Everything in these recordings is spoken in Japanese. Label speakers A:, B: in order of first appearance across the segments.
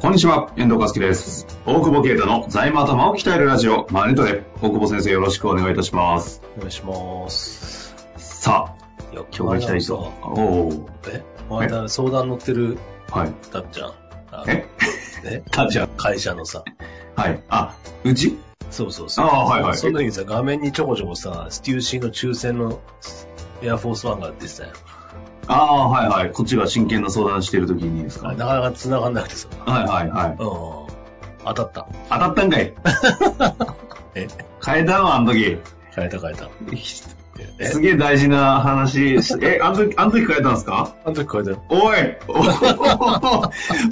A: こんにちは、遠藤和樹です。大久保啓太の財務頭を鍛えるラジオ、マネトレ。大久保先生よろしくお願いいたします。
B: お願いします。
A: さあ、
B: いや
A: 今日も行きたいと。おお。
B: えまだ相談乗ってる、
A: はい。
B: たっちゃん。あの
A: え
B: え
A: たっちゃん。
B: 会社のさ。
A: はい。あ、うち
B: そうそうそう。
A: ああー、はいはい。
B: その時にさ、画面にちょこちょこさ、ステューシーの抽選のエアフォースワンが出てたよ。
A: ああー、はいはい。こっちが真剣な相談してる時にですか。
B: な
A: はい
B: かなか繋がんなくてさ。
A: はいはい。
B: うん。当たった。
A: 当たったんかい。
B: え
A: 変えたのあの時。
B: 変えた変えた。え
A: すげえ大事な話し。え、あの時、あの時変えたんですか
B: あの時変えたよ。
A: おいおい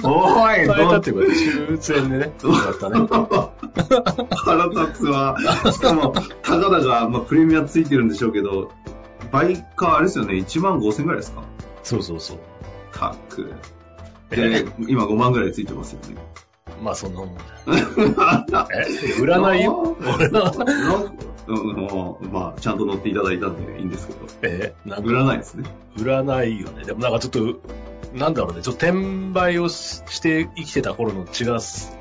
A: おい
B: 変えたってこと抽選でね。よかったね。
A: 腹立つわ。しかも、たかだが、まあ、プレミアついてるんでしょうけど、倍か、あれですよね、1万5千ぐらいですか
B: そうそうそう。
A: たく。
B: え
A: で、今5万ぐらいついてますよね。
B: まあそんなもんだよ。 え占いよ。俺の。
A: うんうんまあ、ちゃんと乗っていただいたんでいいんですけど。
B: えなんか
A: 占いですね。
B: 占いよね。でもなんかちょっと、なんだろうね、ちょっと転売をしして生きてた頃の血がす、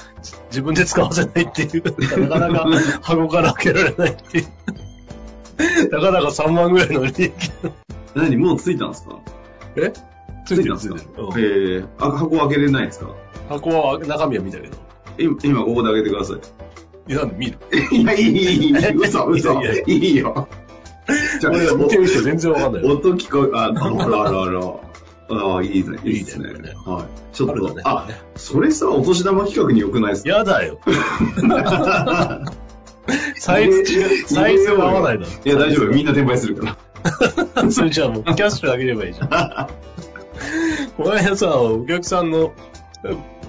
B: 自分で使わせないっていう、な かなか箱から開けられないっていう。なかなか3万ぐらいの利益。
A: 何もうついたんですか
B: え
A: ついてますか
B: うん
A: えー、あ箱開けれないですか
B: 箱は中身は見たけど。
A: い今ここで開けてくださ
B: いや、なんで見る。
A: い。いや、いい、いい、いい、嘘、嘘、
B: いやいや
A: いいよ。じゃあ、
B: 俺が見てる人全然わかんないよ。
A: 音聞こえ、あ、あらあらあら。ああ、いいね、いいですね。
B: いいね
A: はい。ちょっ
B: ある
A: と、
B: よね
A: あ、それさ、お年玉企画に良くないですか
B: や だよ。サイズ違う、サイズが合わないだろ。
A: いや、大丈夫。みんな転売するから。
B: それじゃあもうキャッシュあげれば いいじゃん。この間さ、お客さんの、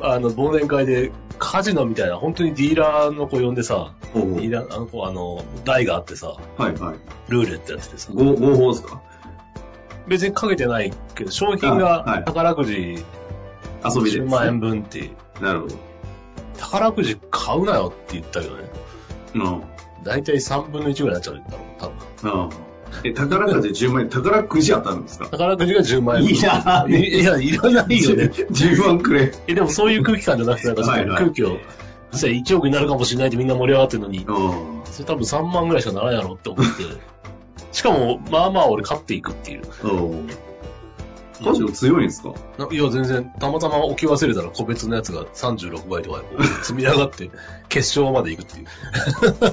B: あの、忘年会で、カジノみたいな、本当にディーラーの子呼んでさ、
A: ほう
B: ディーラー、あの子、あの、台があってさ、
A: はいはい。
B: ルーレットやっててさ、
A: 合合法ですか
B: 別にかけてないけど、商品
A: あは
B: が
A: い
B: 宝くじ
A: 遊びで。
B: 10万円分っていう、
A: なるほど。
B: 宝くじ買うなよって言ったけどね、
A: うん。
B: だいたい3分の1ぐらいになっちゃうんだろう、多分。
A: うん。え、宝くじ10万円、宝くじ当たるんですか
B: 宝くじが10万円分。
A: いやー
B: いや、いらないよね。
A: 10万くれ。
B: え、でもそういう空気感じゃなくて、なんかそ
A: はい
B: の
A: はい
B: 空気を、そしたら1億になるかもしれないってみんな盛り上がってるのに、
A: うん。
B: それ多分3万ぐらいしかならんやろって思って、しかも、まあまあ俺勝っていくっていう。
A: うん。カジノ強いんですか
B: ないや、全然、たまたま置き忘れたら個別のやつが36倍とかでこう積み上 がって、決勝まで行くっていう。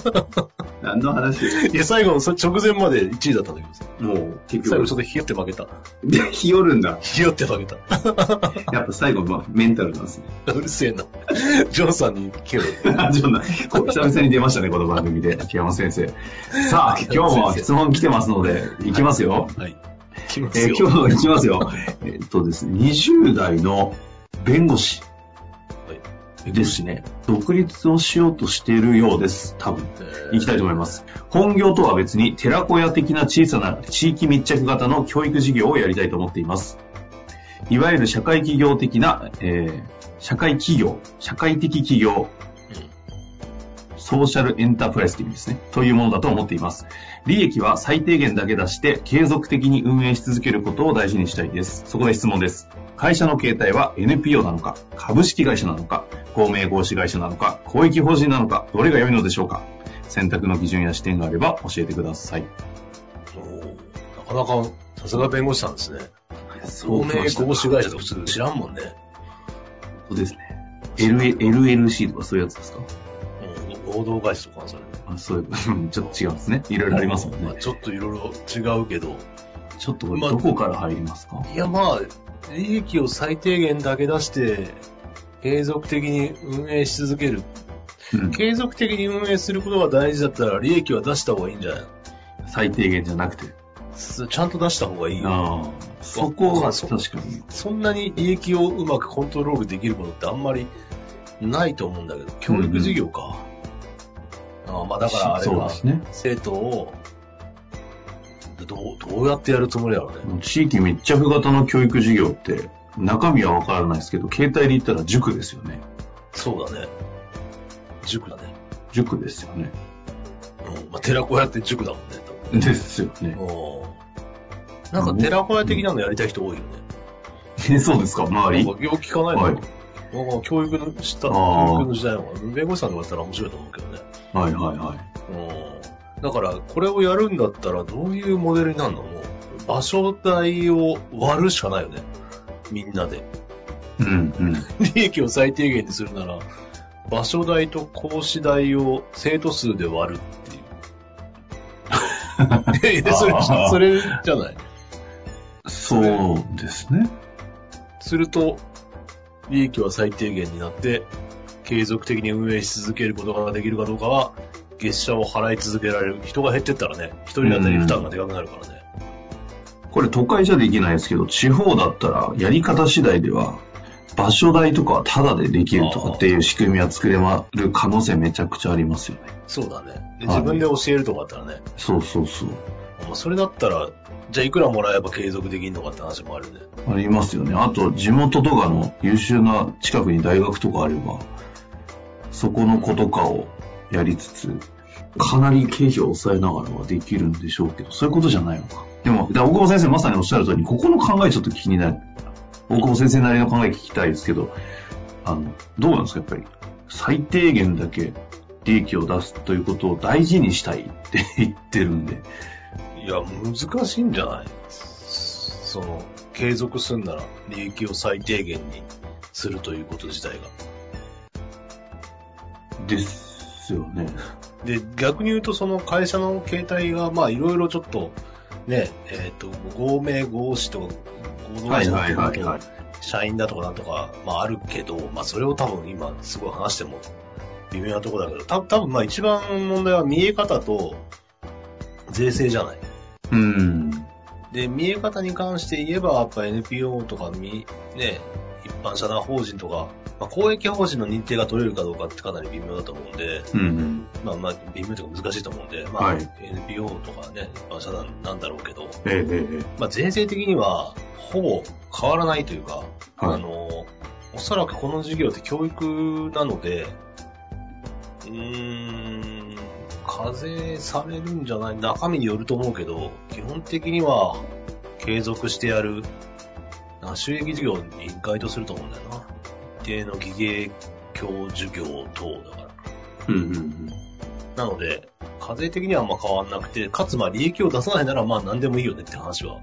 A: 何の話
B: いや、最後のそ直前まで1位だったんだけどさ、
A: もう、結
B: 最後
A: 局
B: ちょっとひよって負けた。
A: で、日和るんだ。
B: ひよって負けた。
A: やっぱ最後、まあ、メンタルなんですね。
B: うるせえな。ジョンさんに聞けろ。
A: あちょっとこう久々に出ましたね、この番組で。秋山先生。さあ、今日も質問来てますので、いきますよ。
B: はい。来ま
A: え
B: す
A: ー
B: よ。
A: 今日のいきますよ。えっとですね、20代の弁護士
B: い
A: ですね。独立をしようとしているようです。多分。いきたいと思います。本業とは別に、寺子屋的な小さな地域密着型の教育事業をやりたいと思っています。いわゆる社会企業的な、えー社会企業、社会的企業、ソーシャルエンタープライズという意味ですね。というものだと思っています。利益は最低限だけ出して、継続的に運営し続けることを大事にしたいです。そこで質問です。会社の形態は NPO なのか、株式会社なのか、公明合資会社なのか、公益法人なのか、どれが良いのでしょうか選択の基準や視点があれば教えてください。
B: おーなかなか、さすが弁護士さんですね。
A: そ
B: 透明合資会社とか普通知らんもんね。
A: そうですね。LA LLC とかそういうやつですか
B: うん、合同会社とかそれ。
A: あそういう、うんちょっと違うんですね。いろいろありますもん
B: まあ、
A: ね。
B: ちょっといろいろ違うけど。
A: ちょっとこれどこから入りますか、
B: いや、まあ、利益を最低限だけ出して、継続的に運営し続ける。
A: うん
B: 継続的に運営することが大事だったら、利益は出した方がいいんじゃない
A: 最低限じゃなくて。
B: すちゃんと出した方がいいよ。
A: ああ。そこ
B: わ
A: が
B: か
A: 確
B: る
A: かに。
B: そんなに利益をうまくコントロールできることってあんまりないと思うんだけど、教育事業か。ああまあだからあれ
A: そう
B: は
A: で、すね。
B: 生徒を、どう、どうやってやるつもりだろうね。
A: 地域密着型の教育事業って、中身はわからないですけど、携帯で言ったら塾ですよね。
B: そうだね。塾だね。
A: 塾ですよね。
B: うん。まあ、寺子屋って塾だもんね。多分
A: ですよね。
B: うん。なんか寺子屋的なのやりたい人多いよね。
A: えそうですか、周
B: なん
A: り。
B: かよく聞かないの、
A: は
B: はいい、なんか教育のした、
A: あー
B: 教育の時代は、弁護士さんとかだったら面白いと思うけどね。
A: はいはいはい。
B: うん。だから、これをやるんだったら、どういうモデルになるのもう、場所代を割るしかないよね。みんなで。
A: うんうん。
B: 利益を最低限にするなら、場所代と講師代を生徒数で割 るっていう。えそれ
A: あー、
B: それじゃない
A: そうですね。
B: すると、利益は最低限になって、継続的に運営し続けることができるかどうかは、月謝を払い続けられる人が減ってったらね、一人当たり負担がでかくなるからね。
A: これ都会じゃできないですけど、地方だったらやり方次第では、場所代とかはタダでできるとかっていう仕組みは作れまる可能性めちゃくちゃありますよね。
B: そうだね。で
A: はい
B: 自分で教えるとかだったらね、
A: そうそうそう。
B: まあそれだったら、じゃあいくらもらえば継続できんのかって話もあるよね。
A: ありますよね。あと、地元とかの優秀な近くに大学とかあれば、そこの子とかをやりつつ、かなり経費を抑えながらはできるんでしょうけど、そういうことじゃないのか。でも、だから大久保先生まさにおっしゃる通り、ここの考えちょっと気になる。大久保先生なりの考え聞きたいですけど、あの、どうなんですか、やっぱり。最低限だけ利益を出すということを大事にしたいって言ってるんで。
B: いや、難しいんじゃないその、継続すんなら、利益を最低限にするということ自体が。
A: ですよね。
B: で、逆に言うと、その会社の形態が、まあ、いろいろちょっと、ね、えっ、と、合名、合資と、合同会社
A: はいはいはいはい
B: と、社員だとかなんとか、まあ、あるけど、まあ、それを多分今、すごい話しても、微妙なとこだけど、た多分まあ、一番問題は見え方と、税制じゃない。
A: うん。
B: で、見え方に関して言えば、やっぱ NPO とかみ、ね、一般社団法人とか、まあ、公益法人の認定が取れるかどうかってかなり微妙だと思うんで、
A: うんうん。
B: まあまあ、微妙というか難しいと思うんで、まあ、
A: はい
B: NPO とかね、一般社団なんだろうけど、
A: ええええええ。
B: まあ、税制的には、ほぼ変わらないというか、
A: はい
B: あの、おそらくこの授業って教育なので、うーん、課税されるんじゃない中身によると思うけど、基本的には継続してやる、な収益事業に該当すると思うんだよな。一定の技芸教授業等だから。
A: うんうんうん。
B: なので、課税的にはあんま変わんなくて、かつまあ利益を出さないならまあ何でもいいよねって話は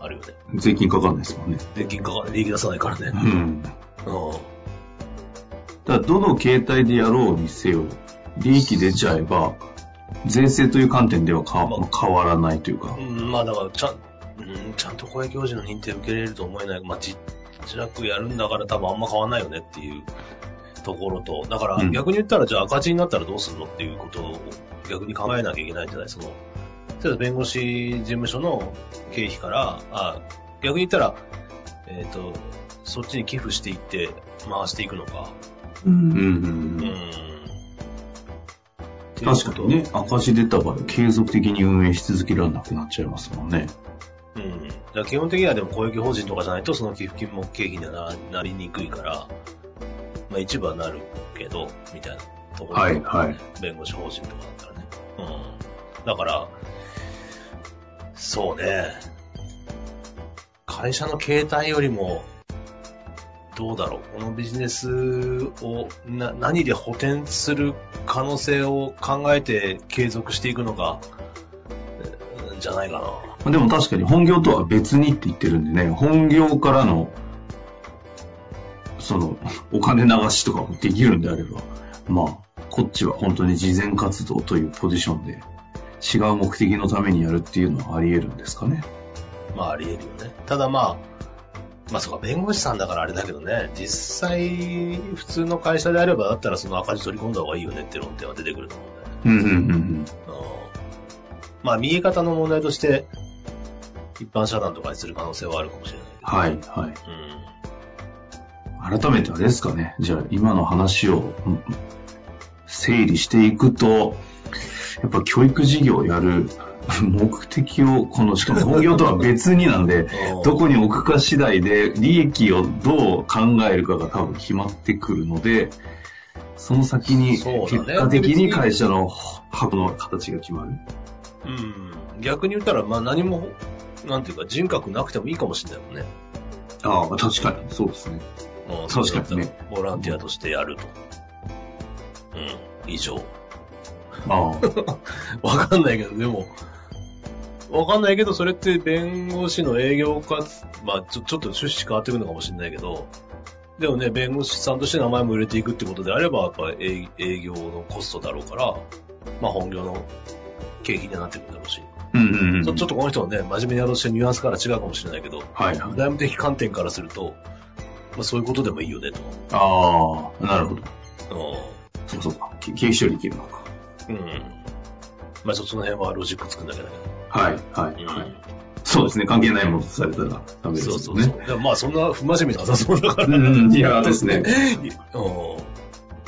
B: あるよね。
A: 税金かかんないですもんね。
B: で、銀行が利益出さないからね。
A: ん。だ
B: う
A: からどの形態でやろうにせよ、利益出ちゃえば、税制という観点ではか
B: ま
A: 変わらないというか。
B: ん。うんまあだから、ちゃん、うん、ちゃんと公益行事の認定受けれると思えない。まあ、ちっちゃくやるんだから多分あんま変わんないよねっていうところと、だか
A: う
B: ら
A: ん
B: 逆に言ったら、じゃあ赤字になったらどうするのっていうことを逆に考えなきゃいけないんじゃないその、例えば弁護士事務所の経費から、あ逆に言ったら、えっ、と、そっちに寄付していって回していくのか。
A: うんうん
B: う。
A: うんん。確かにね、赤字出た場合、継続的に運営し続けられなくなっちゃいますもんね。
B: うん、だから基本的にはでも公益法人とかじゃないとその寄付金も経費にはななりにくいから、まあ、一部はなるけどみたいなところ、
A: はいはい。
B: 弁護士法人とかだったらね、うん、だからそうね会社の形態よりもどうだろうこのビジネスをな何で補填する可能性を考えて継続していくのかうんじゃないかな。
A: まあでも確かに本業とは別にって言ってるんでね、本業からの、その、お金流しとかもできるんであれば、まあ、こっちは本当に慈善活動というポジションで、違う目的のためにやるっていうのはあり得るんですかね。
B: まああり得るよね。ただまあ、まあそうか、弁護士さんだからあれだけどね、実際、普通の会社であれば、だったらその赤字取り込んだ方がいいよねって論点は出てくると思うんだよね。
A: うんうんうんうん。
B: うんまあ見え方の問題として、一般社団とかにする可能性はあるかもしれない
A: はい、はい。
B: けど。うん。
A: 改めてあれですかね。じゃあ、今の話をうん整理していくと、やっぱ教育事業をやる目的を、この、しかも本業とは別になんで
B: お、ー
A: どこに置くか次第で、利益をどう考えるかが多分決まってくるので、その先に、
B: そうだね
A: 結果的に会社の箱の形が決まる。
B: うん、逆に言ったら、まあ何も、なんていうか人格なくてもいいかもしれないもんね。
A: ああ、確かに、そうですね。
B: もう
A: 確かにね。
B: ボランティアとしてやると。うん、以上。
A: ああ、
B: わかんないけど、でも、わかんないけど、それって弁護士の営業か、まあちょちょっと趣旨変わってくるのかもしれないけど、でもね、弁護士さんとして名前も売れていくってことであれば、やっぱ営営業のコストだろうから、まあ本業の経費にはなってくるだろうし、
A: うんうんうん。
B: ちょちょっとこの人はね、真面目にやろうとしてニュアンスから違うかもしれないけど、
A: はいはい。
B: 財務的観点からすると、まあ、そういうことでもいいよねと。
A: ああ、なるほど。
B: う
A: そうかそうか。け経費処理できるのか。
B: ん。うん。まあ、ちょっとその辺はロジック作んなきゃい
A: はい、はい、
B: け
A: は。
B: ないい。
A: そうですね、関係ないものとされたらダメです
B: そ
A: よ
B: う
A: ね。
B: そうそう。だからまあ、そんな不真面目なさそうだから。うん。
A: うんうん、いや、ですね。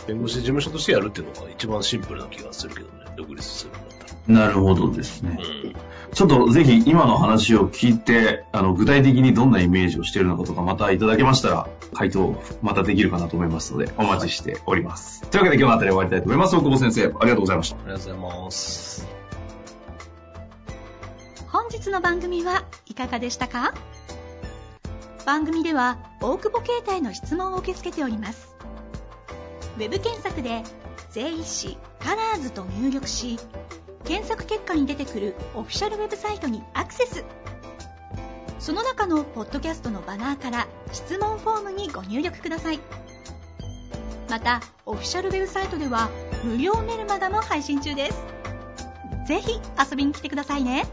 B: 弁護士事務所としてやるっていうのが一番シンプルな気がするけどね。独立するんだった
A: なるほどですね。
B: ら。うん。
A: ちょっとぜひ今の話を聞いて、あの、具体的にどんなイメージをしているのかとか、またいただけましたら、回答またできるかなと思いますので、お待ちしております。というわけで今日のあたり終わりたいと思います。大久保先生、ありがとうございました。
B: ありがとうございます。
C: 本日の番組はいかがでしたか番組では大久保携帯の質問を受け付けておりますウェブ検索で「税理士カラーズと入力し検索結果に出てくるオフィシャルウェブサイトにアクセスその中のポッドキャストのバナーから質問フォームにご入力くださいまたオフィシャルウェブサイトでは無料メルマガも配信中ですぜひ遊びに来てくださいね